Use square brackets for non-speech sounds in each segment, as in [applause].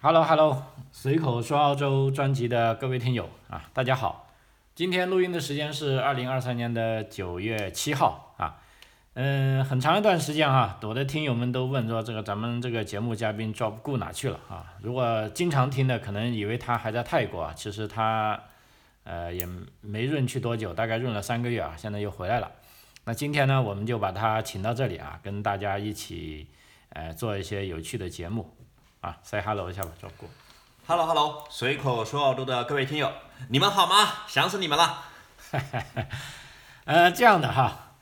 Hello Hello，随口说澳洲专辑的各位听友啊，大家好，今天录音的时间是二零二三年的九月七号啊，嗯，很长一段时间哈、我的听友们都问说这个咱们这个节目嘉宾 Job 顾哪去了啊？如果经常听的，可能以为他还在泰国啊，其实他呃也没润去多久，大概润了三个月啊，现在又回来了。那今天呢，我们就把他请到这里啊，跟大家一起呃做一些有趣的节目。啊，say hello 一下吧，照顾。 Hello Hello，随口说澳洲的各位听友，你们好吗？想死你们了。呃，这样的哈，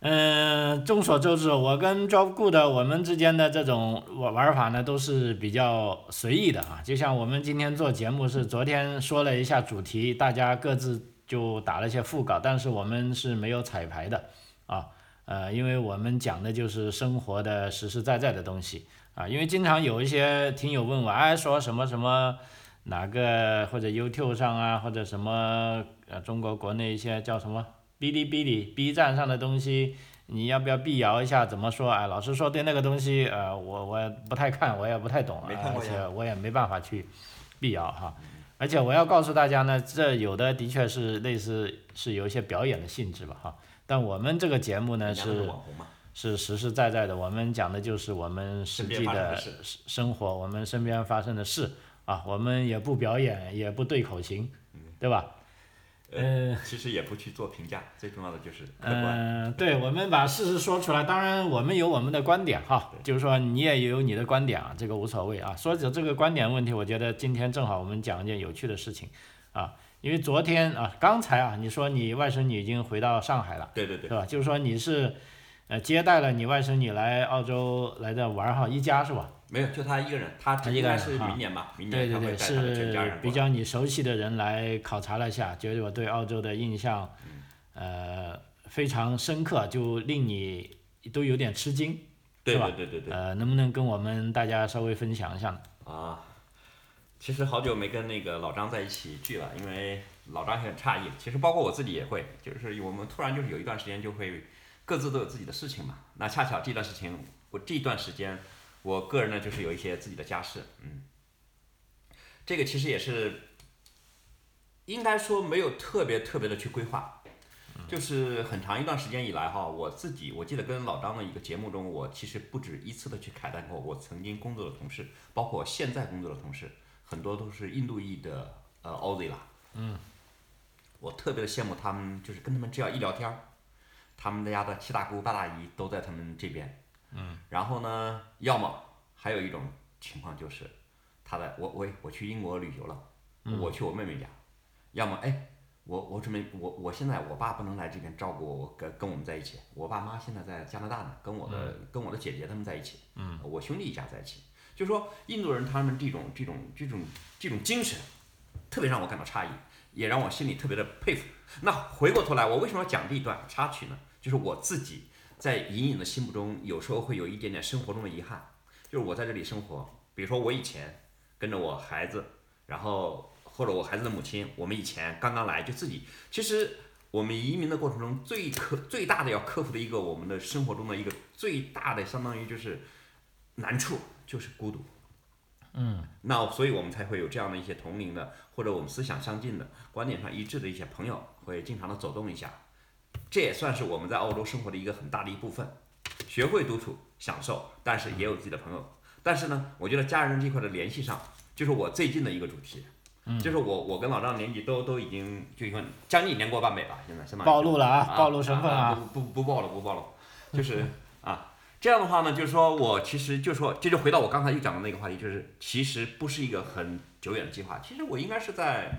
嗯、众所周知，我跟 Job Good 的我们之间的这种玩玩法呢，都是比较随意的啊。就像我们今天做节目是昨天说了一下主题，大家各自就打了些副稿，但是我们是没有彩排的啊。呃，因为我们讲的就是生活的实实在在的东西啊。因为经常有一些听友问我，哎，说什么什么。哪个或者 YouTube 上啊，或者什么呃，中国国内一些叫什么哔哩哔哩 B 站上的东西，你要不要辟谣一下？怎么说啊？老实说，对那个东西，呃，我我不太看，我也不太懂，没看而过呀且我也没办法去辟谣哈。而且我要告诉大家呢，这有的的确是类似是有一些表演的性质吧哈。但我们这个节目呢人家都是网红嘛，是实实在在的，我们讲的就是我们实际身边发生的的事生生活，我们身边发生的事啊，我们也不表演，也不对口型，对吧？嗯、 [laughs] 其实也不去做评价，最重要的就是客观。嗯、对，我们把事实说出来。当然，我们有我们的观点哈，就是说你也有你的观点啊，这个无所谓啊。说起这个观点问题，我觉得今天正好我们讲一件有趣的事情啊，因为昨天啊，刚才啊，你说你外甥女已经回到上海了。对对对，是吧？就是说你是，呃，接待了你外甥女来澳洲来这玩儿哈，一家是吧？没有，就他一个人，他他一应个该人是哈明年吧，明对年对他对，会带他的全家是人比过来。较你熟悉的人来考察了一下，觉得我对澳洲的印象，呃，非常深刻，就令你都有点吃惊。对是吧对对对对。呃，能不能跟我们大家稍微分享一下呢？啊，其实好久没跟那个老张在一起聚了，因为老张也很诧异。其实包括我自己也会，就是我们突然就是有一段时间就会各自都有自己的事情嘛。那恰巧这段事情，我这段时间我个人呢就是有一些自己的家事，嗯，这个其实也是应该说没有特别特别的去规划。就是很长一段时间以来哈，我自己我记得跟老张的一个节目中，我其实不止一次的去慨叹过我曾经工作的同事，包括现在工作的同事，很多都是印度裔的呃 Aussie 啦。嗯，我特别的羡慕他们，就是跟他们只要一聊天儿，他们家的七大姑八大姨都在他们这边。嗯，然后呢，要么还有一种情况就是，他在我我我去英国旅游了，我去我妹妹家，要么哎。我我准备我我现在我爸不能来这边照顾我，我跟跟我们在一起。我爸妈现在在加拿大呢，跟我的、跟我的姐姐他们在一起，嗯，我兄弟一家在一起。就说印度人他们这种这种这种这种精神，特别让我感到诧异，也让我心里特别的佩服。那回过头来，我为什么要讲这一段插曲呢？就是我自己在隐隐的心目中，有时候会有一点点生活中的遗憾，就是我在这里生活，比如说我以前跟着我孩子，然后或者我孩子的母亲，我们以前刚刚来就自己，其实我们移民的过程中最克最大的要克服的一个我们的生活中的一个最大的相当于就是难处就是孤独。嗯，那所以我们才会有这样的一些同龄的，或者我们思想相近的、观点上一致的一些朋友，会经常的走动一下。这也算是我们在澳洲生活的一个很大的一部分，学会独处、享受，但是也有自己的朋友。但是呢，我觉得家人这块的联系上，就是我最近的一个主题，嗯就是我我跟老张年纪都都已经就已经将近年过半百了，现在相当于暴露了啊，暴露身份啊啊，！不不不暴露不 [laughs] 暴露，就是啊，这样的话呢，就是说我其实就说这就回到我刚才又讲的那个话题，就是其实不是一个很久远的计划，其实我应该是在。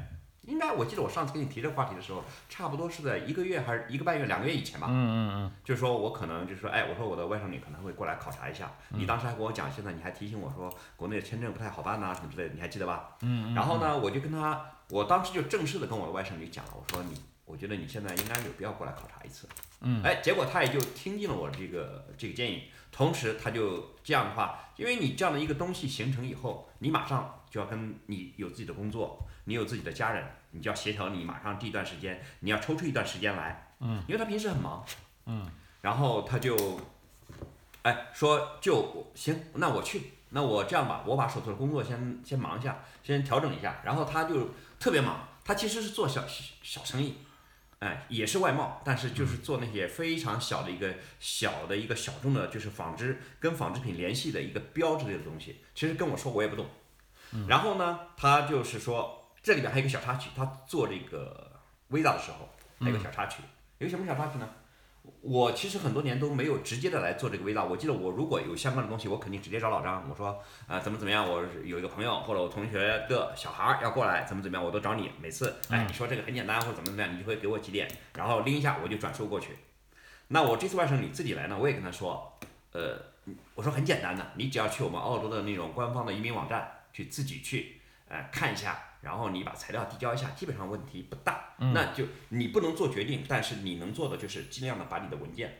应该我记得我上次跟你提这个话题的时候，差不多是在一个月还是一个半月、两个月以前吧。嗯嗯嗯。就是说我可能就是说，哎，我说我的外甥女可能会过来考察一下。你当时还跟我讲，现在你还提醒我说国内的签证不太好办呐、什么之类的，你还记得吧？嗯嗯。然后呢，我就跟他，我当时就正式的跟我的外甥女讲了，我说你，我觉得你现在应该有必要过来考察一次。哎，结果他也就听进了我这个这个建议，同时他就这样的话，因为你这样的一个东西形成以后，你马上就要跟你有自己的工作，你有自己的家人，你就要协调你马上这一段时间，你要抽出一段时间来，嗯，因为他平时很忙，嗯，然后他就，哎，说就行，那我去，那我这样吧，我把手头的工作先先忙一下，先调整一下。然后他就特别忙，他其实是做小小生意，哎，也是外贸，但是就是做那些非常小的一个小的一个小众的，就是纺织跟纺织品联系的一个标志类的东西。其实跟我说我也不懂。然后呢，他就是说这里边还有一个小插曲，他做这个 Visa 的时候还有个小插曲，有什么小插曲呢？我其实很多年都没有直接的来做这个微辣。我记得我如果有相关的东西，我肯定直接找老张，我说啊、呃怎么怎么样，我有一个朋友或者我同学的小孩儿要过来，怎么怎么样，我都找你。每次哎，你说这个很简单或者怎么怎么样，你就会给我几点，然后拎一下我就转述过去。那我这次外省你自己来呢，我也跟他说，呃，我说很简单的，你只要去我们澳洲的那种官方的移民网站去自己去呃看一下，然后你把材料递交一下，基本上问题不大。嗯那就你不能做决定，但是你能做的就是尽量的把你的文件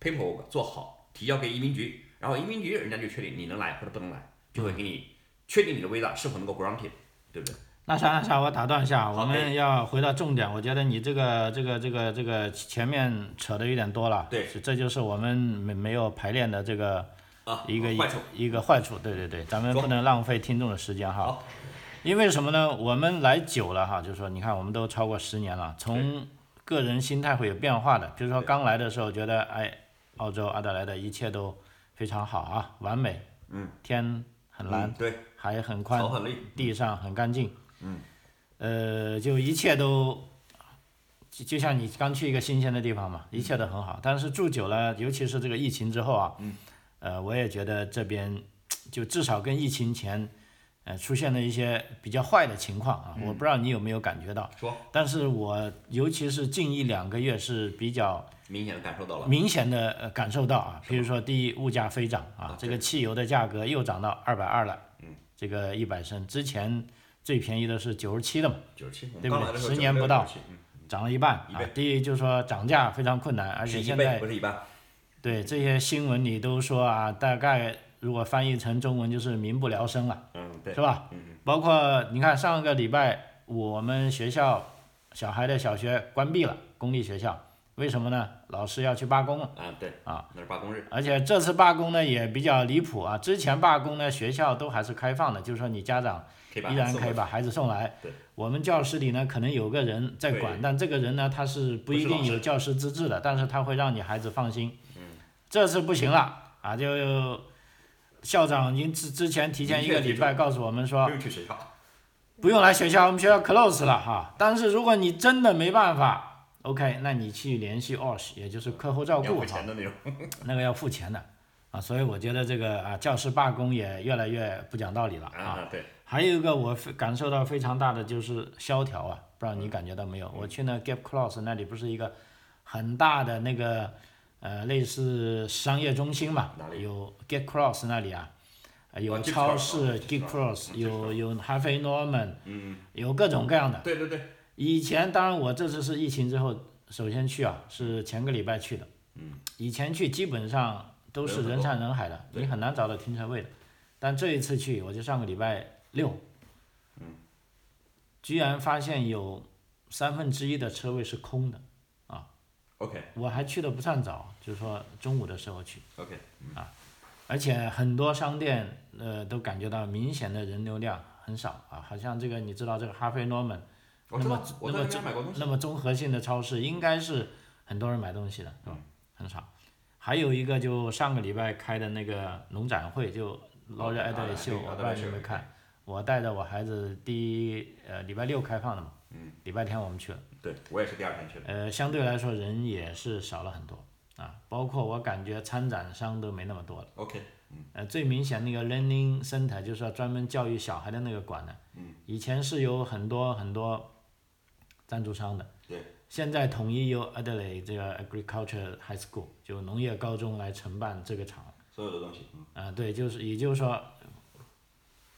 paperwork 做好，提交给移民局，然后移民局人家就确定你能来或者不能来，就嗯会给你确定你的 visa 是否能够 granted，对不对？那啥那啥，我打断一下，我好们要回到重点。我觉得你这个这个这个这个前面扯的有点多了，对是，这就是我们没没有排练的这个啊，一个坏处。一个坏处，对对对，咱们说不能浪费听众的时间哈好。因为什么呢？我们来久了哈，就是说，你看我们都超过十年了，从个人心态会有变化的。比如说对刚来的时候觉得，哎，澳洲阿德莱德一切都非常好啊，完美，嗯，天很蓝，嗯，对，海很宽草，很绿，地上很干净，嗯，呃，就一切都，就就像你刚去一个新鲜的地方嘛，一切都很好。但是住久了，尤其是这个疫情之后啊，嗯，呃，我也觉得这边就至少跟疫情前，呃，出现了一些比较坏的情况啊，我不知道你有没有感觉到。说但是我尤其是近一两个月是比较明显的感受到了。明显的感受到啊，比如说第一，物价飞涨啊啊，这个汽油的价格又涨到二百二了，嗯，这个一百升之前最便宜的是九十七的嘛，九十七，我对们不对刚来的时候十年不到96，嗯涨了一半一啊倍。第一就是说涨价非常困难，而是且一现倍在不是一半，对这些新闻里都说啊，大概如果翻译成中文就是民不聊生了，嗯，[laughs] 对是，吧？嗯，包括你看上个礼拜我们学校小孩的小学关闭了，公立学校，为什么呢？老师要去罢工了。啊，对，啊，那是罢工日，而且这次罢工呢也比较离谱啊！之前罢工呢，学校都还是开放的，就是说你家长可以把依然可以以把孩子送来对。我们教室里呢，可能有个人在管，对但这个人呢，他是不一定不是有教师嗯资质的，但是他会让你孩子放心。这次不行了啊！就校长已经之之前提前一个礼拜告诉我们说不，用去学校，不用来学校，我们学校 close 了哈。但是如果你真的没办法，OK，那你去联系 OSH，也就是课后照要顾付哈。钱的那种。那个要付钱的啊，所以我觉得这个啊，教师罢工也越来越不讲道理了啊。啊，对，还有一个我非感受到非常大的就是萧条啊，不知道你感觉到没有？嗯我去那 Gap Close 那里不是一个很大的那个呃类似商业中心嘛哪，里有 Gap Close 那里啊，呃有 Gap 超 Cross，市哦 Gap 知道 Cross，嗯有有 h a f e Norman，嗯，有各种各样的。对对对，以前当然我这次是疫情之后首先去啊，是前个礼拜去的。嗯。以前去基本上都是人山人海的，对你很难找到停车位的。但这一次去，我就上个礼拜六，嗯，居然发现有三分之一的车位是空的。 ，OK 我还去的不算早，就是说中午的时候去， OK，而且很多商店呃都感觉到明显的人流量很少啊，好像这个你知道这个哈菲诺门。我知那道么，我那在么那边买过东西。那么综合性的超市应该是很多人买东西的，是吧？很少。还有一个就上个礼拜开的那个农展会，就劳瑞哦爱德里秀，啊那个我不知道你有没有看。我带着我孩子第一呃礼拜六开放的嘛，嗯，礼拜天我们去了，对我也是第二天去的。呃，相对来说人也是少了很多啊，包括我感觉参展商都没那么多了。 OK，呃，最明显那个 Learning Center 就是说专门教育小孩的那个馆呢，嗯，以前是有很多很多赞助商的，对，现在统一由 Adelaide 这个 Agriculture High School 就农业高中来承办这个场，所有的东西，嗯，啊、对，就是也就是说，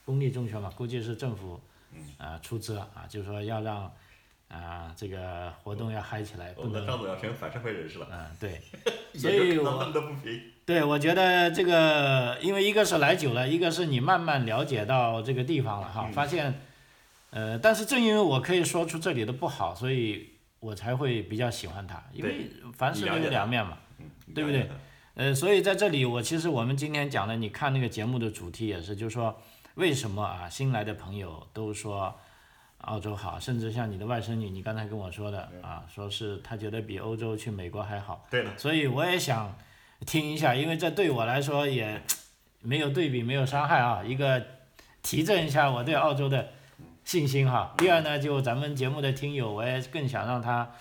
公立中学嘛，估计是政府嗯啊、出资了啊，就是说要让啊、这个活动要嗨起来，我不们能的啊、张总要成反社会人士了，对。所也以有可我能都不平。对，我觉得这个，因为一个是来久了，一个是你慢慢了解到这个地方了嗯哈，发现，呃，但是正因为我可以说出这里的不好，所以我才会比较喜欢它，因为凡事都你了有解它两面嘛。嗯对不对？呃，所以在这里我其实我们今天讲的，你看那个节目的主题也是，就是说为什么啊新来的朋友都说澳洲好，甚至像你的外甥女，你刚才跟我说的啊，说是她觉得比欧洲去美国还好。对的，所以我也想听一下，因为这对我来说也没有对比，没有伤害啊，一个提振一下我对澳洲的信心哈。第二呢，就咱们节目的听友，我也更想让他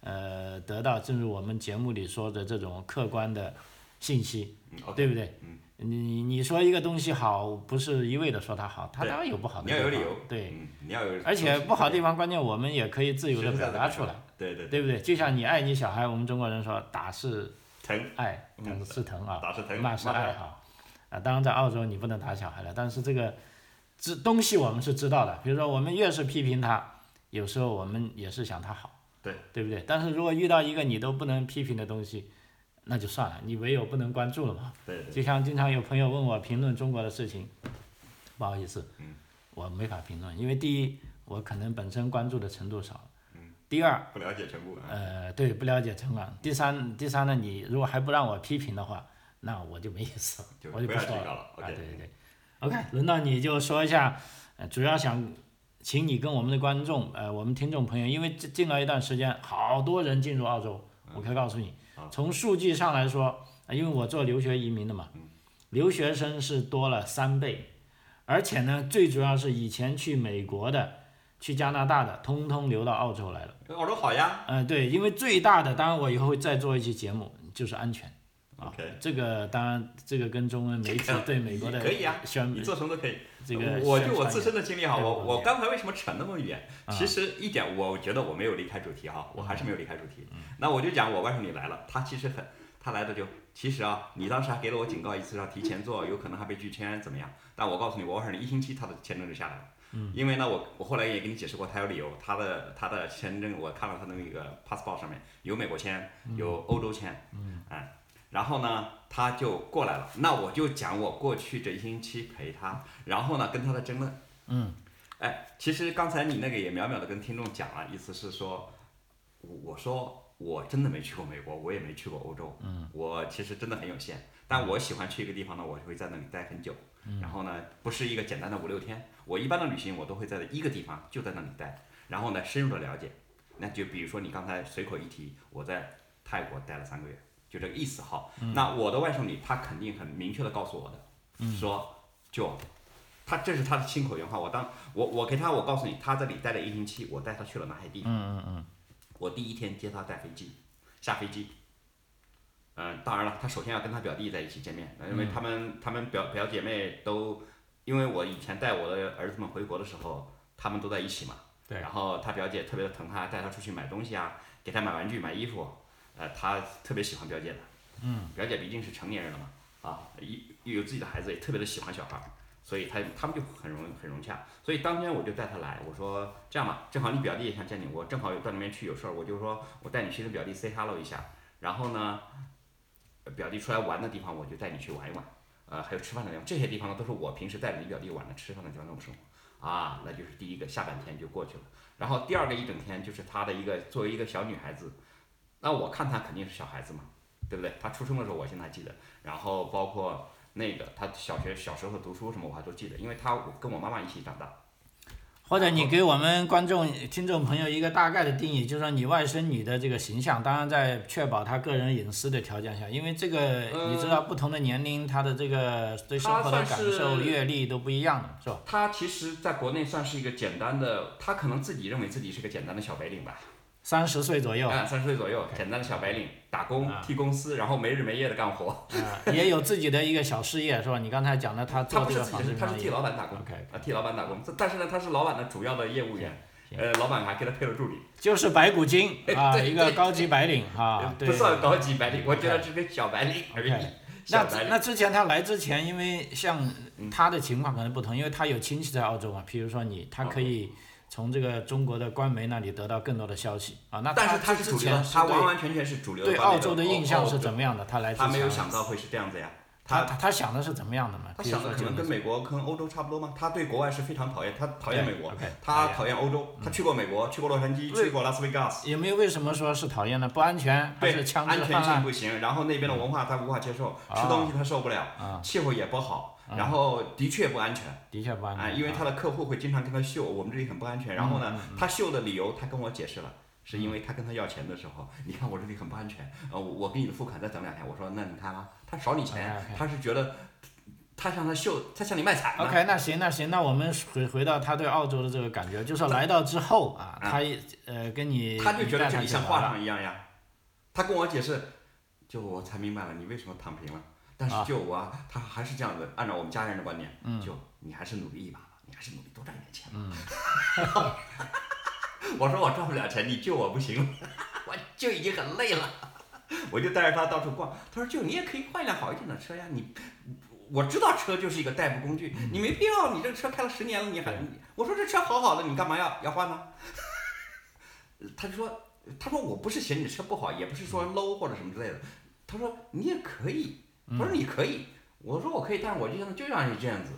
呃得到正如我们节目里说的这种客观的信息，嗯，OK，对不对？嗯你你说一个东西好，不是一味的说它好，它对当然有不好的你地要有方。理由，对，嗯，你要有，而且不好的地方，关键我们也可以自由的实实在表在达地出来，对对，对不对？就像你爱你小孩，我们中国人说打是疼，爱，嗯疼是疼啊，打是疼，骂是骂爱好。啊，当然在澳洲你不能打小孩了，但是这个知东西我们是知道的。比如说我们越是批评他，有时候我们也是想他好，对对不对？但是如果遇到一个你都不能批评的东西，那就算了，你唯有不能关注了嘛。对对，就像经常有朋友问我评论中国的事情，不好意思，嗯我没法评论，因为第一我可能本身关注的程度少，嗯第二不了解全部啊，呃，对，不了解城管。第三，第三呢，你如果还不让我批评的话，那我就没意思了，就我就不不要说提了。高了啊，对，OK，对对。OK，轮到你就说一下，呃主要想请你跟我们的观众，呃，我们听众朋友，因为这近来一段时间，好多人进入澳洲，我可以告诉你，嗯从数据上来说，呃因为我做留学移民的嘛，嗯留学生是多了三倍，而且呢，最主要是以前去美国的、去加拿大的，通通流到澳洲来了。澳洲好呀嗯，对，因为最大的，当然我以后会再做一期节目，就是安全。啊，OK，这个当然，这个跟中文媒体对美国的可以啊宣你做什么都可以。嗯这个我宣就我传自身的经历哈，对我我我也刚才为什么扯那么远？啊嗯其实一点，我觉得我没有离开主题哈，我还是没有离开主题。那我就讲我外甥女来了，她其实很，她来的就其实啊，你当时还给了我警告一次，要提前做，有可能还被拒签怎么样？但我告诉你，我外甥女一星期她的签证就下来了。嗯因为呢，我我后来也跟你解释过，她有理由，她的她的签证我看了她的那个 passport 上面有美国签，有欧洲签，嗯，哎，然后呢，她就过来了，那我就讲我过去这一星期陪她，然后呢跟她的争论。哎，其实刚才你那个也秒秒的跟听众讲了，意思是说，我我说我真的没去过美国，我也没去过欧洲，嗯，我其实真的很有限，但我喜欢去一个地方呢，我就会在那里待很久，然后呢，不是一个简单的五六天，我一般的旅行我都会在一个地方就在那里待，然后呢，深入的了解，那就比如说你刚才随口一提，我在泰国待了三个月，就这个意思哈，那我的外甥女她肯定很明确的告诉我的，说就。他这是他的亲口原话，我当我我给他，我告诉你，他这里待了一星期，我带他去了南海地。嗯嗯嗯。我第一天接他带飞机，下飞机。嗯，当然了，他首先要跟他表弟在一起见面，因为他们、他们表表姐妹都，因为我以前带我的儿子们回国的时候，他们都在一起嘛。对然后他表姐特别的疼他，带他出去买东西啊，给他买玩具、买衣服，呃，他特别喜欢表姐的。嗯。表姐毕竟是成年人了嘛，啊，一又有自己的孩子，也特别的喜欢小孩儿。所以他他们就很融很融洽。所以当天我就带他来，我说这样吧，正好你表弟也想见你，我正好有到那边去有事儿，我就说我带你去跟表弟 say hello 一下，然后呢，呃表弟出来玩的地方我就带你去玩一玩，呃，还有吃饭的地方，这些地方呢都是我平时带着你表弟玩的吃饭的地方那种生活啊，那就是第一个下半天就过去了，然后第二个一整天就是他的一个作为一个小女孩子，那我看她肯定是小孩子嘛，对不对？她出生的时候我现在还记得，然后包括。那个他小学小时候读书什么我还都记得，因为他我跟我妈妈一起长大。或者你给我们观众、听众朋友一个大概的定义，就是说你外甥女的这个形象，当然在确保她个人隐私的条件下，因为这个呃你知道，不同的年龄，她的这个对生活的她算感是受、阅历都不一样的，是吧？他其实在国内算是一个简单的，他可能自己认为自己是个简单的小白领吧，三十岁左右，啊，三十岁左右，简单的小白领，打工替公司，然后没日没夜的干活。啊也有自己的一个小事业，是吧？你刚才讲的她做他不这个是自己纺是，织他是生替意老板打工， ，OK，啊，替老板打工。这但是呢，他是老板的主要的业务员，呃，老板还给他配了助理，就是白骨精啊， [laughs] 对一个高级白领啊，对呃不。算高级白领，我觉得是个小白领而已 OK。那小白领嗯那之前他来之前，因为像他的情况可能不同，因为他有亲戚在澳洲嘛，比如说你，他可哦以从这个中国的官媒那里得到更多的消息啊。那但是他他是之主流的前，是他完对完全全是主流的对管理澳洲的印象是怎么样的？他来之哦他前没有想到会是这样子呀，他他他他想的是怎么样的嘛？他比如想的说可这个能跟美国、跟欧洲差不多吗？他对国外是非常讨厌，他讨厌对美国 OK，，他讨嗯讨厌欧洲，他去过美国，去过洛杉矶，对去过拉斯维加斯，有没有为什么说是讨厌呢？不安全哎还对，是枪支安泛全性滥？不行，然后那边的文化他无法接受，嗯啊吃东西他受不啊了，气候也不好，然后的确不安全，的确不安啊，全，嗯因为他的客户会经常跟他秀，我们这里很不安全。然后呢，他秀的理由他跟我解释了，是因为他跟他要钱的时候，你看我这里很不安全，呃，我我给你的付款再等两天。我说那你看啊，他少你钱 OK，OK，他是觉得他向他秀，他向你卖惨呢。 OK，那行那行，那我们回回到他对澳洲的这个感觉，就说来到之后啊，啊他也呃跟你他就觉你得带这他里去像玩画了上一样呀。他跟我解释，就我才明白了你为什么躺平了。但是啊嗯就我啊，他还是这样子，按照我们家人的观念，就你还是努力一把吧，你还是努力多赚点钱吧。嗯 [laughs] 我说我赚不了钱，你救我不行了， [laughs] 我就已经很累了。我就带着他到处逛，他说：“舅，你也可以换一辆好一点的车呀，你，我知道车就是一个代步工具，你没必要，你这个车开了十年了，你还，嗯对你我说这车好好的，你干嘛要要换呢？”他就说：“他说我不是嫌你车不好，也不是说 low 或者什么之类的。他说你也可以，他说你可以，我说我可以，但是我就想就让你这样子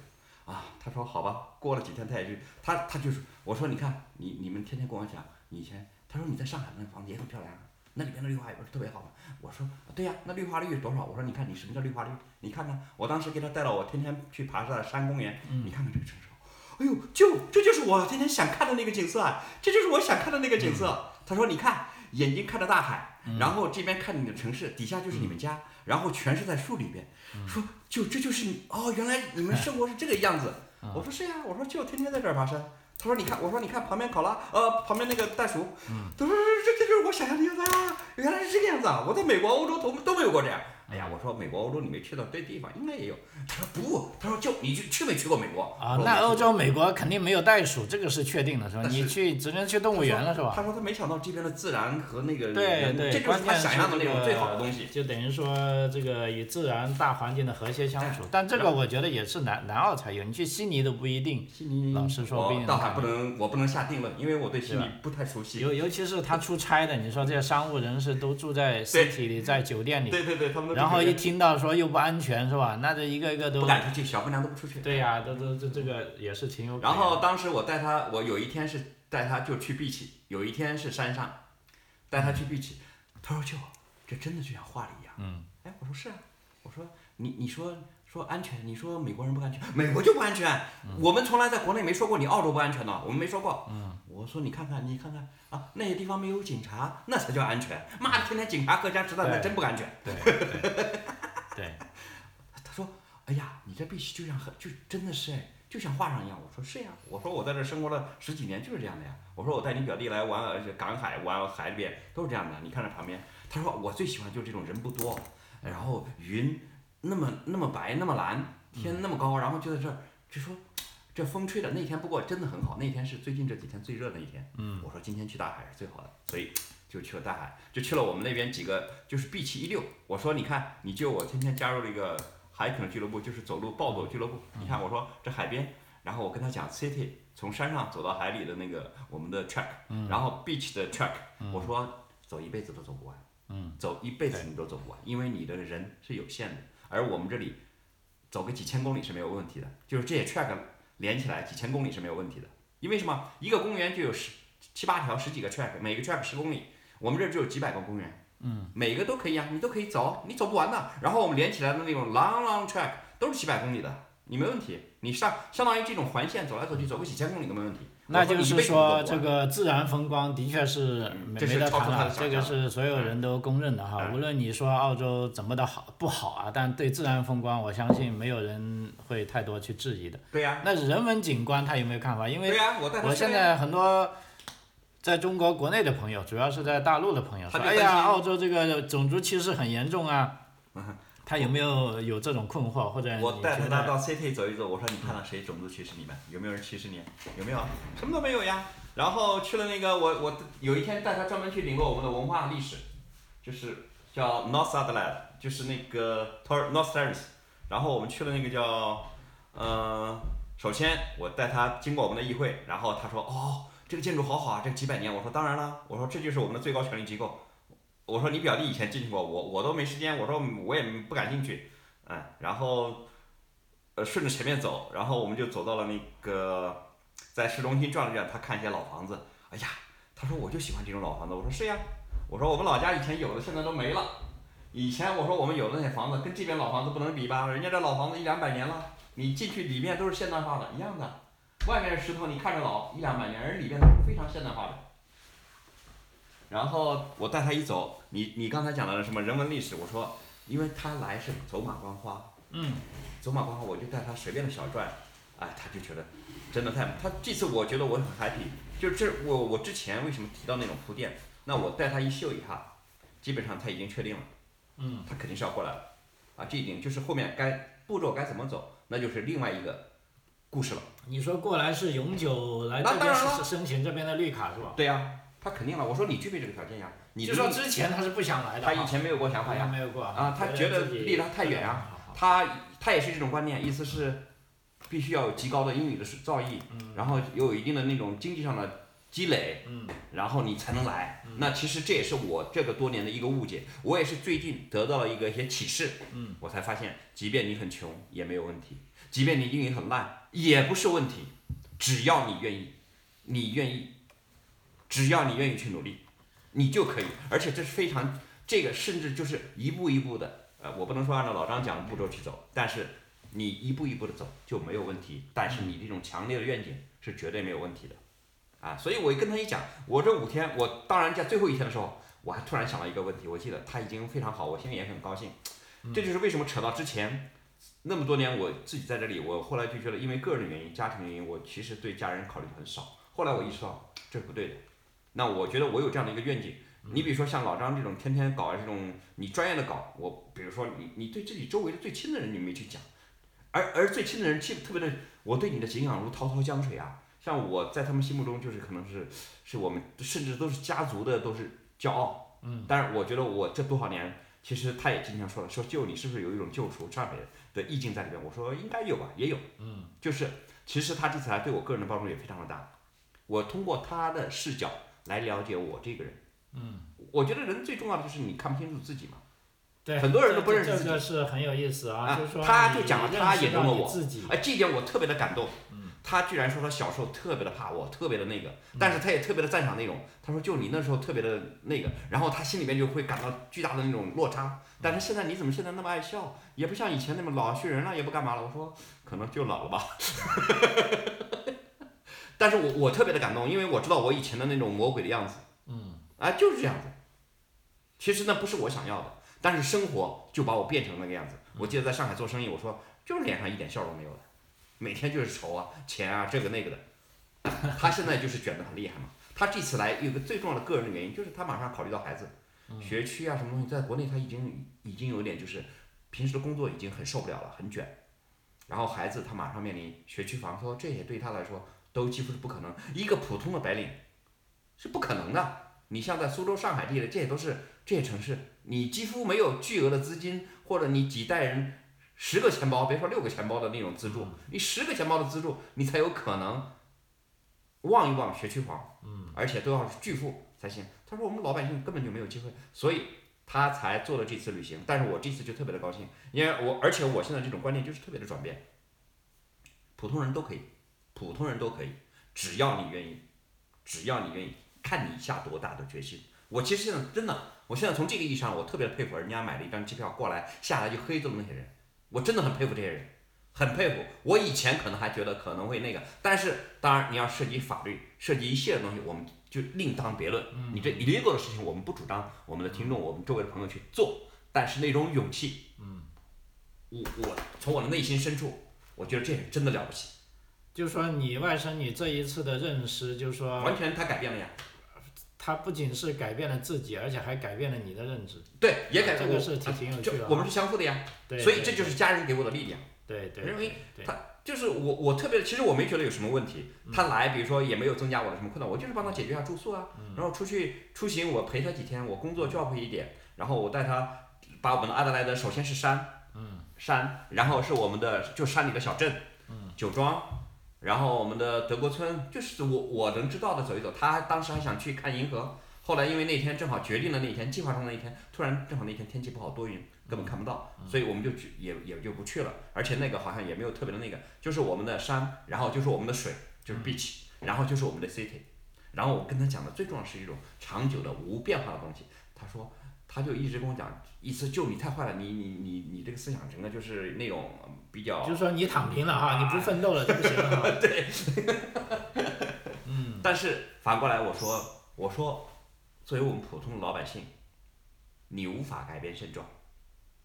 啊。他说好吧，过了几天他也就他他就是我说你看你你们天天跟我讲你以前，他说你在上海那房子也很漂亮啊，那里边的绿化也不是特别好吗？我说对呀、那绿化率多少？我说你看你什么叫绿化率？你看看我当时给他带到我天天去爬山的山公园，你看看这个城市。哎呦，就这就是我天天想看的那个景色啊！这就是我想看的那个景色。他说：“你看，眼睛看着大海，嗯然后这边看你的城市，底下就是你们家，然后全是在树里边。嗯说就这就是你哦，原来你们生活是这个样子。嗯我说是呀、我说就天天在这儿爬山。他说你看，我说你看旁边考拉，呃，旁边那个袋鼠。嗯他说这这就是我想象的样子啊，原来是这个样子啊！我在美国、欧洲都都没有过这样。嗯哎呀，我说美国、欧洲你没去到对地方，应该也有。他说不，他说就你去去没去过美国啊我，说那没去欧过洲、美国肯定没有袋鼠，这个是确定的，是吧？但是你去只能去动物园了，是吧？他说他没想到这边的自然和那个对人对，这就是关他键想象的那这种个最好的东西。就等于说这个与自然大环境的和谐相哎处。但这个我觉得也是南南澳才有，你去悉尼都不一定。悉尼老实说不一我定倒能还看不能，我不能下定论，因为我对悉尼对不太熟悉。尤尤其是他出差的，你说这些商务人士都住在 city 里，在酒店里，对对对，他们都然后这个一听到说又不安全是吧？那这一个一个都不敢出去，小姑娘都不出去。对呀、都都这这个也是挺有可能然的。后当时我带他，我有一天是带他就去 beach，有一天是山上，带他去 beach，他说舅，这真的就像画里一样。嗯。哎，我说是啊，我说你你说说安全，你说美国人不安全，美国就不安全，我们从来在国内没说过你澳洲不安全呢，我们没说过。嗯。我说你看看你看看啊，那些地方没有警察，那才叫安全。妈的，天天警察各家实弹，那对真不安全。对对对，他说：“哎呀，你这必须就像很就真的是哎，就像画上一样。”我说：“是呀，我说我在这生活了十几年就是这样的呀。我说我带你表弟来玩呃赶海玩海里边都是这样的，你看这旁边。”他说：“我最喜欢就是这种人不多，然后云那么那么白那么蓝，天那么高，然后就在这儿就说。”这风吹的那天，不过真的很好。那天是最近这几天最热的一天。嗯，我说今天去大海是最好的，所以就去了大海，就去了我们那边几个就是 B 七一六。我说你看，你就我天天加入了一个 hiking 俱乐部，就是走路暴走俱乐部。你看我说这海边，然后我跟他讲 city 从山上走到海里的那个我们的 track，、然嗯后 beach 的 track，、我说走一辈子都走不完，嗯，走一辈子你都走不完，因为你的人是有限的，而我们这里走个几千公里是没有问题的，就是这些 track 连起来几千公里是没有问题的，因为什么？一个公园就有十七八条、十几个 track，每个 track 十公里，我们这儿只有几百个公园。嗯每个都可以啊，你都可以走，你走不完的。然后我们连起来的那种 long long track 都是几百公里的，你没问题，你上相当于这种环线走来走去走个几千公里都没问题。那我说就你一是辈子都走不说完这个自然风光的确是嗯没这没是得超出谈他了的，这想个象是所有人都公认的哈。嗯无论你说澳洲怎么的好不好啊，但对自然风光，我相信没有人会太多去质疑的。对呀、那人文景观他有没有看法？因对为呀、我带他我去现了呀在很多在中国国内的朋友，主要是在大陆的朋友他说，就哎担心嗯呀，澳洲这个种族歧视很严重啊。他有没有有这种困惑，或者你我带觉着他得到 CT 走一走，我说你看到谁种族歧视你们？有没有人歧视你？有没有？什么都没有呀。然后去了那个我我有一天带他专门去领略我们的文化历史，就是叫 North Adelaide，就是那个 Tor North Terrace。然后我们去了那个叫，呃，首先我带他经过我们的议会，然后他说哦，这个建筑好好啊，这个几百年。我说当然了，我说这就是我们的最高权力机构。我说你表弟以前进去过，我我都没时间，我说我也不感兴趣。嗯，然后呃顺着前面走，然后我们就走到了那个在市中心转了转，他看一些老房子，哎呀，他说我就喜欢这种老房子，我说是呀，我说我们老家以前有的现在都没了，以前我说我们有的那些房子跟这边老房子不能比吧，人家这老房子一两百年了，你进去里面都是现代化的，一样的。外面石头你看着老一两百年，人里面都是非常现代化的。然后我带他一走，你你刚才讲了什么人文历史？我说，因为他来是走马观花，嗯，走马观花，我就带他随便的小转，哎，他就觉得真的太他这次我觉得我很 happy，就这我我之前为什么提到那种铺垫？那我带他一秀一下，基本上他已经确定了，嗯，他肯定是要过来了，啊，这一点就是后面该步骤该怎么走，那就是另外一个故事了。你说过来是永久来那这当边然了申申请这边的绿卡是吧？对呀、他肯定了。我说你具备这个条件呀，你就说离之前他是不想来的他啊，以前没有过想法好像呀，没有过啊他觉得自己嗯离他太远啊好好他他也是这种观念，意思是必须要有极高的英语的造诣，然后又有一定的那种经济上的积累，嗯然后你才能来。那其实这也是我这个多年的一个误解，我也是最近得到了一个一些启示，嗯，我才发现，即便你很穷也没有问题，即便你英语很烂也不是问题，只要你愿意，你愿意，只要你愿意去努力，你就可以，而且这是非常这个甚至就是一步一步的，呃，我不能说按照老张讲的步骤去走，但是你一步一步的走就没有问题。但是你这种强烈的愿景是绝对没有问题的，啊，所以我跟他一讲，我这五天，我当然在最后一天的时候，我还突然想到一个问题，我记得他已经非常好，我现在也很高兴。这就是为什么扯到之前那么多年，我自己在这里，我后来就觉得，因为个人的原因、家庭的原因，我其实对家人考虑得很少。后来我意识到这是不对的，那我觉得我有这样的一个愿景。你比如说像老张这种天天搞这种你专业的搞，我比如说你你对自己周围的最亲的人你没去讲，而而最亲的人其实特别的，我对你的敬仰如滔滔江水啊。像我在他们心目中就是可能是是我们甚至都是家族的都是骄傲，嗯，但是我觉得我这多少年，其实他也经常说了，说舅你是不是有一种救赎忏悔的意境在里边？我说应该有吧，也有，嗯，就是其实他这次来对我个人的帮助也非常的大，我通过他的视角来了解我这个人。我觉得人最重要的就是你看不清楚自己嘛。对，很多人都不认识这自己这个是很有意思啊，啊就是说他你就讲了他认识眼中的到你我自己，嗯哎，这一点我特别的感动。他居然说他小时候特别的怕我，特别的那个，但是他也特别的赞赏那种。他说就你那时候特别的那个，然后他心里面就会感到巨大的那种落差。但是现在你怎么现在那么爱笑，也不像以前那么老训人了，也不干嘛了。我说可能就老了吧。 [laughs] 但是我我特别的感动，因为我知道我以前的那种魔鬼的样子。嗯，啊，就是这样子。其实那不是我想要的，但是生活就把我变成那个样子。我记得在上海做生意，我说就是脸上一点笑容没有的，每天就是愁啊、钱啊、这个那个的。他现在就是卷得很厉害嘛。他这次来有个最重要的个人的原因，就是他马上考虑到孩子、学区啊什么东西，在国内他已经已经有点就是平时的工作已经很受不了了，很卷。然后孩子他马上面临学区房，说这些对他来说都几乎是不可能，一个普通的白领是不可能的。你像在苏州、上海这些，这些都是这些城市，你几乎没有巨额的资金，或者你几代人十个钱包，别说六个钱包的那种资助，你十个钱包的资助，你才有可能望一望学区房，嗯，而且都要是巨富才行。他说我们老百姓根本就没有机会，所以他才做了这次旅行。但是我这次就特别的高兴，因为我而且我现在这种观念就是特别的转变，普通人都可以，普通人都可以，只要你愿意，只要你愿意。看你下多大的决心。我其实现在真的，我现在从这个意义上，我特别佩服人家买了一张机票过来，下来就黑揍那些人，我真的很佩服这些人，很佩服。我以前可能还觉得可能会那个，但是当然你要涉及法律，涉及一系列的东西，我们就另当别论。嗯你这 illegal 的事情，我们不主张我们的听众、我们周围的朋友去做，但是那种勇气，嗯，我我从我的内心深处，我觉得这人真的了不起，就是说你外甥女这一次的认识，就是说完全他改变了呀。她不仅是改变了自己，而且还改变了你的认知，对，也改啊这变个我是挺挺有趣就的啊，我们是相互的呀。对，所以对这就是家人给我的力量。对对，因为对他就是我，我特别，其实我没觉得有什么问题。他来，比如说也没有增加我的什么困难，我就是帮他解决一下住宿啊，然后出去出行，我陪他几天，我工作 job 一点，然后我带他把我们的阿德莱德，首先是山，嗯，山，然后是我们的就山里的小镇，嗯，酒庄，然后我们的德国村，就是我我能知道的走一走。他当时还想去看银河，后来因为那天正好决定了那天计划中的那天，突然正好那天天气不好多云，根本看不到，所以我们就去也也就不去了。而且那个好像也没有特别的那个，就是我们的山，然后就是我们的水，就是 beach，然后就是我们的 city。然后我跟他讲的最重要是一种长久的无变化的东西。他说，他就一直跟我讲，意思就你太坏了，你你你你这个思想整个就是那种比较就是说你躺平了啊哈，你不奋斗了就不行了哈。对，嗯，但是反过来我说，我说，作为我们普通的老百姓，你无法改变现状。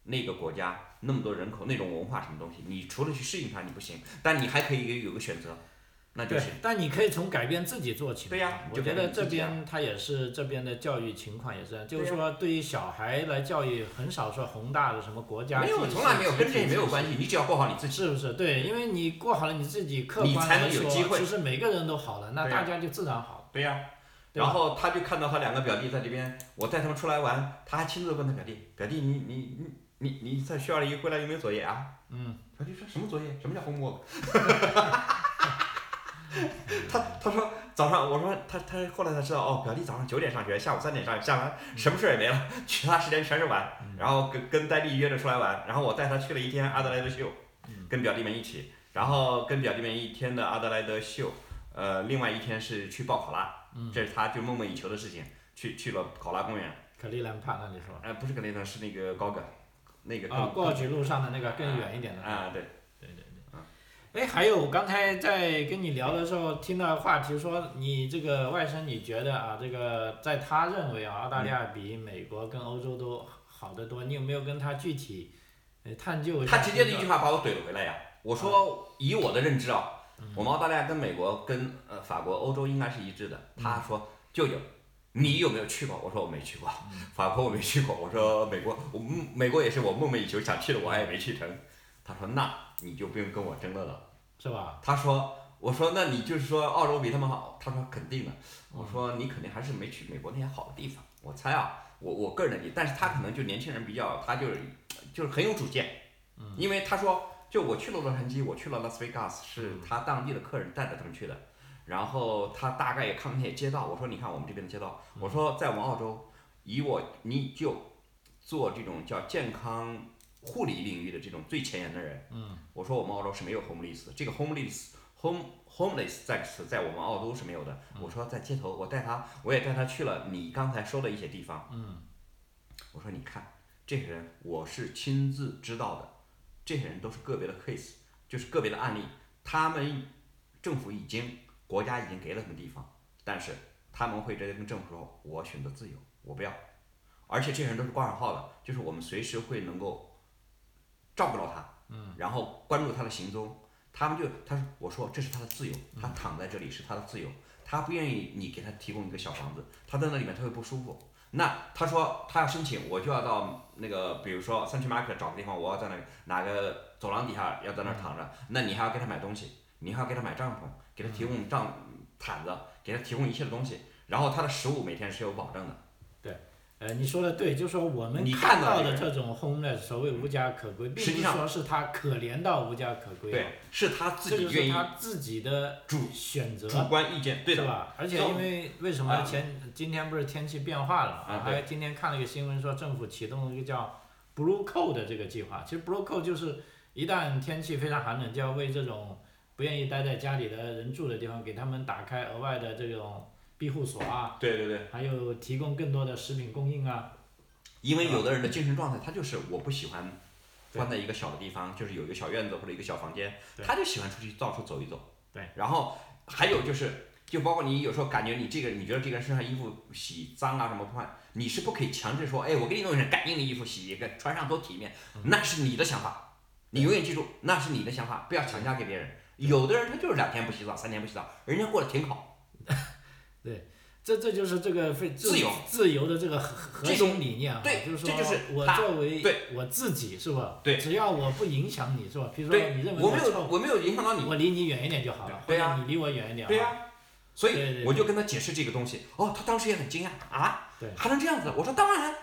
那个国家那么多人口，那种文化什么东西，你除了去适应它，你不行，但你还可以有个选择， [laughs] 那就对是，但你可以从改变自己做起嘛。对呀我就觉改得变自这己啊边他也是这边的教育情况也是这样，就是对呀说对于小孩来教育，很少说宏大的什么国家没有，纪从来没有体跟这也没有制关系，你只要过好你自己。是不是？对，因为你过好了你自己，客你观才来能有说机会其实每个人都好了，那对呀大家就自然好了。对呀、对吧然后他就看到他两个表弟在这边，我带他们出来玩，他还亲自问他表弟：“表弟，你你你你你在学校里回来有没有作业啊？”嗯，表弟说什么作业？什么叫 homework？他他说早上，我说他他后来才知道哦，表弟早上九点上学，下午三点上下班，嗯什么事儿也没了， [laughs] 其他时间全是玩。然后跟跟戴笠约着出来玩，然后我带他去了一天阿德莱德秀，嗯跟表弟们一起，然后跟表弟们一天的阿德莱德秀，呃，另外一天是去报考拉，这是他就梦寐以求的事情，去去了考拉公园，可利兰帕那里说呃，不是格雷顿，是那个高梗，那个更啊，过去路上的那个更远一点的。啊，对，哎，还有，我刚才在跟你聊的时候，听到话题说你这个外甥，你觉得啊，这个在他认为啊，澳大利嗯亚比美国跟欧洲都好得多，你有没有跟他具体呃探究一下他这个？直接的一句话把我怼了回来呀！我啊说，以我的认知啊，嗯我们澳大利亚跟美国、跟呃法国、欧洲应该是一致的。嗯他说，舅舅，你有没有去过？我说我没去过，嗯法国我没去过。我说美国，我嗯美国也是我梦寐以求想去的，我也没去成。他说，那你就不用跟我争论了。是吧？他说，我说那你就是说澳洲比他们好？他说肯定的。我说你肯定还是没去美国那些好的地方。我猜啊，我我个人的理解，但是他可能就年轻人比较，他就是就是很有主见，因为他说就我去了洛杉矶，我去了拉斯维加斯，是他当地的客人带着他们去的。然后他大概也看了那些街道，我说你看我们这边的街道，我说在我们澳洲，以我你就做这种叫健康护理领域的这种最前沿的人，嗯，我说我们澳洲是没有 homeless 的，这个 homeless home homeless 在此在我们澳洲是没有的。我说在街头，我带他，我也带他去了你刚才说的一些地方，嗯，我说你看这些人，我是亲自知道的，这些人都是个别的 case，就是个别的案例，他们政府已经国家已经给了他们地方，但是他们会直接跟政府说，我选择自由，我不要。而且这些人都是挂上号的，就是我们随时会能够照顾到他，嗯，然后关注他的行踪。他们就他说我说这是他的自由，嗯他躺在这里是他的自由，他不愿意你给他提供一个小房子，他在那里面他会不舒服。那他说他要申请，我就要到那个，比如说三区 market 找个地方，我要在那哪个走廊底下要在那儿躺着，嗯那你还要给他买东西，你还要给他买帐篷，给他提供帐毯子，给他提供一切的东西，然后他的食物每天是有保证的。呃，你说的对，就说我们你看看到到的的人这种 homeless 所谓无家可归，并实不是际上说是他可怜到无家可归，啊对，，是他这自己就愿是意他自己的主选择，主观意见，对是的，吧？而且所以因为为什么啊前今天不是天气变化了嘛？啊对还今天看了一个新闻说政府启动了一个叫 Blue Code 的这个计划。其实 Blue Code 就是一旦天气非常寒冷，就要为这种不愿意待在家里的人住的地方，给他们打开额外的这种庇护所啊，对对对，还有提供更多的食品供应啊。因为有的人的精神状态，他就是我不喜欢对关在一个小的地方，就是有一个小院子或者一个小房间对，他就喜欢出去到处走一走。对，然后还有就是，就包括你有时候感觉你这个，你觉得这个人身上衣服洗脏啊什么换，你是不可以强制说，哎，我给你弄一身干净的衣服洗一个，穿上多体面，嗯那是你的想法，你永远记住那是你的想法，不要强加给别人。有的人他就是两天不洗澡，三天不洗澡，人家过得挺好。这这就是这个非自由自由的这个核核这种心理念啊，对就是这就说是我他作为对我自己是吧？对只要我不影响你是吧？比如说对你认，为我没臭有我没有影响到你，我离你远一点就好了，对呀或者你离我远一点。啊对啊呀、、所对对以对我就跟他解释这个东西。哦，他当时也很惊讶啊对，还能这样子？我说当然，啊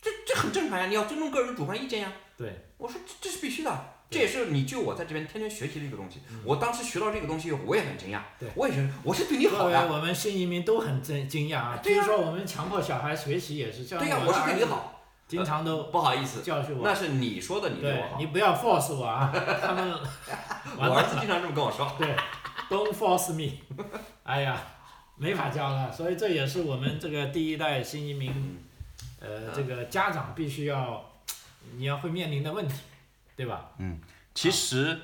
这这很正常呀，你要尊重个人的主观意见呀。对，我说这这是必须的，对嗯这也是你就我在这边天天学习的一个东西。我当时学到这个东西，我也很惊讶对，我也觉得我是对你作好为呀，我们新移民都很惊惊讶啊。对呀听说我们强迫小孩学习也是这样。对呀，我我的是儿对子你好。经常都不好意思，教训我。那是你说的，你对对我好你。不要 force 我啊，他 [laughs] 们完我儿了，子经常这么跟我说。对，don't force me，哎 [laughs] 呀，没法教了。所以这也是我们这个第一代新移民，嗯，呃，这个家长必须要你要会面临的问题，对吧？其实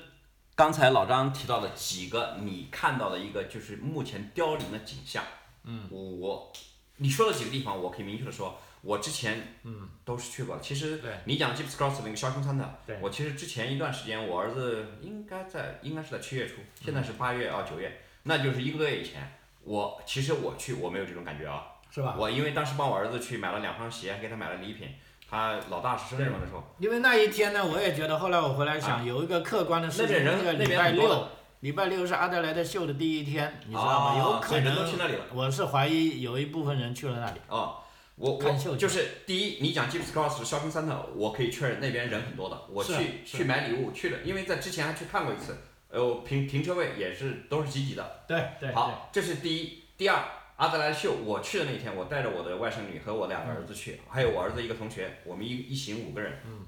刚才老张提到的几个你看到的一个就是目前凋零的景象。嗯，我你说的几个地方，我可以明确的说，我之前嗯都是去过的。其实对你讲 Gips Cross 那个萧空餐的对，我其实之前一段时间，我儿子应该在应该是在七月初，现嗯在是八月啊九月，那就是一个多月以前。我其实我去我没有这种感觉啊，是吧？我因为当时帮我儿子去买了两双鞋，还给他买了礼品。他老大是生日嘛那时候，因为那一天呢，我也觉得，后来我回来想，有一个客观的事啊那情，边人那个那礼边拜很多的六，礼拜六是阿德莱德秀的第一天，你知道吗？哦有所可以能人都去那里了。我是怀疑有一部分人去了那里，哦，我看秀我去就是第一，你讲 Gips Cross Shopping Center，我可以确认那边人很多的。我是啊去是去买礼物去了，因为在之前还去看过一次，呃，我停停车位也是都是积极的。对对对，好，这是第一。第二，阿德莱秀，我去的那天，我带着我的外甥女和我两个儿子去，还有我儿子一个同学，我们一一行五个人。嗯，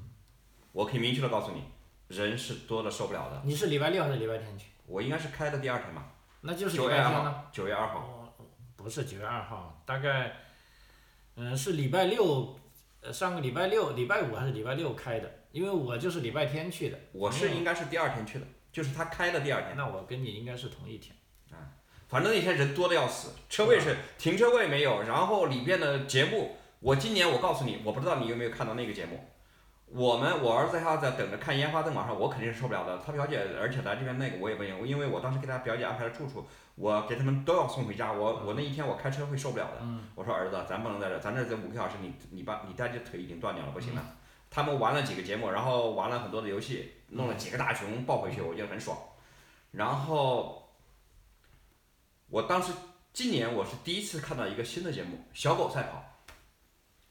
我可以明确的告诉你，人是多的受不了的。你是礼拜六还是礼拜天去？我应该是开的第二天吧，那就是礼九月拜二天了。号，九月二号。哦，不是九月二号，大概，嗯、是礼拜六，呃上个礼拜六，礼拜五还是礼拜六开的？因为我就是礼拜天去的。我是应该是第二天去的，就是他开的第二天。那我跟你应该是同一天。反正那天人多的要死，车位是停车位没有，然后里边的节目，我今年我告诉你，我不知道你有没有看到那个节目。我们我儿子还要在等着看烟花灯，晚上我肯定是受不了的。他表姐，而且来这边那个我也不行，因为我当时给他表姐安排了住处，我给他们都要送回家。我我那一天我开车会受不了的。我说儿子，咱不能在这儿，咱这儿这五个小时，你你爸你daddy 的腿已经断掉了，不行了。他们玩了几个节目，然后玩了很多的游戏，弄了几个大熊抱回去，我觉得很爽。然后我当时今年我是第一次看到一个新的节目，小狗赛跑。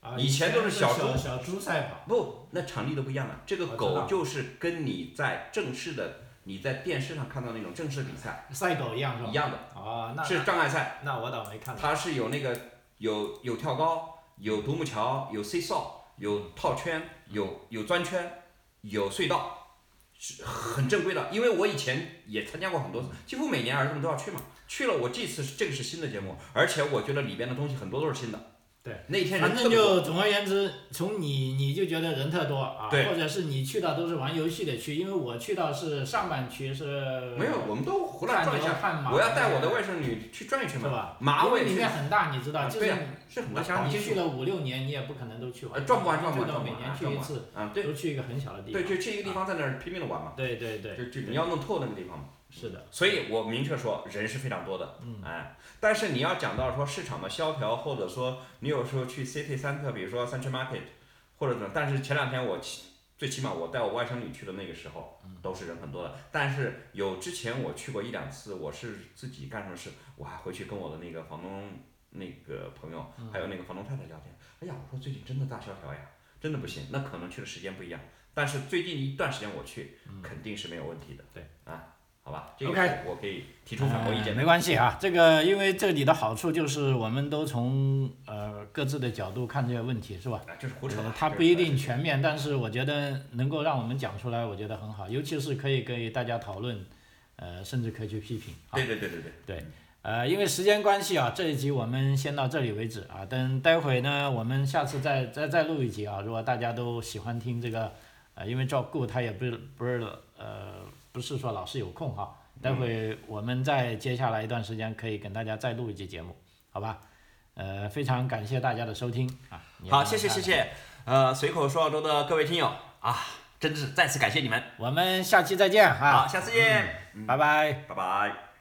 啊，以前都是小小猪小猪赛跑。不，那场地都不一样了。这个我知道狗就是跟你在正式的你在电视上看到那种正式比赛赛狗一样是吧一？样的，哦，那是障碍赛，那我倒没看到。它是有那个有有跳高，有独木桥，有 seesaw，有套圈，有有钻圈，有隧道。是很正规的，因为我以前也参加过很多次，几乎每年儿子们都要去嘛。去了，我这次是这个是新的节目，而且我觉得里边的东西很多都是新的。对，那天人反特正别多就总而言之，从你你就觉得人特多啊，对或者是你去到都是玩游戏的区，因为我去到是上半区是没有，我们都胡乱看转一牛下。看马，我要带我的外甥女去转一圈是嘛，吧？马因尾为里去面很大，你知道，啊就是对呀是很我难想搞你清去楚。了五六年，你也不可能都去呃玩，转不完转不完最多转不每完年啊去转一不完次，啊，对都去一个很小的地对，方。就去一个地方在那儿拼命的玩嘛，对啊对对，就就你要弄透那个地方嘛。是的，所以我明确说，人是非常多的，嗯，哎，但是你要讲到说市场的萧条，或者说你有时候去 City 三特，比如说三 e Market，或者怎么，但是前两天我起最起码我带我外甥女去的那个时候，嗯都是人很多的。但是有之前我去过一两次，我是自己干什么事，我还回去跟我的那个房东那个朋友，嗯还有那个房东太太聊天。哎呀，我说最近真的大萧条呀，真的不行。那可能去的时间不一样，但是最近一段时间我去，肯定是没有问题的。嗯对啊，好吧，这个 OK 是我可以提出反驳意呃见的。没关系啊，这个因为这里的好处就是我们都从呃各自的角度看这个问题，是吧？啊，就是胡扯呃嘛。它这不个一定全面，但是我觉得能够让我们讲出来，我觉得很好，尤其是可以给大家讨论，呃，甚至可以去批评啊。对对对对对，对，呃，因为时间关系啊，这一集我们先到这里为止啊。等待会呢，我们下次再再再录一集啊。如果大家都喜欢听这个，呃，因为照顾他也不是不是呃不是说老是有空哈、待嗯会我们再接下来一段时间可以跟大家再录一集节目，好吧？呃，非常感谢大家的收听啊。也好，麻谢谢烦谢了。谢，呃，随口说澳洲的各位听友啊，真是再次感谢你们。我们下期再见哈、嗯好，下次见，拜拜。拜拜。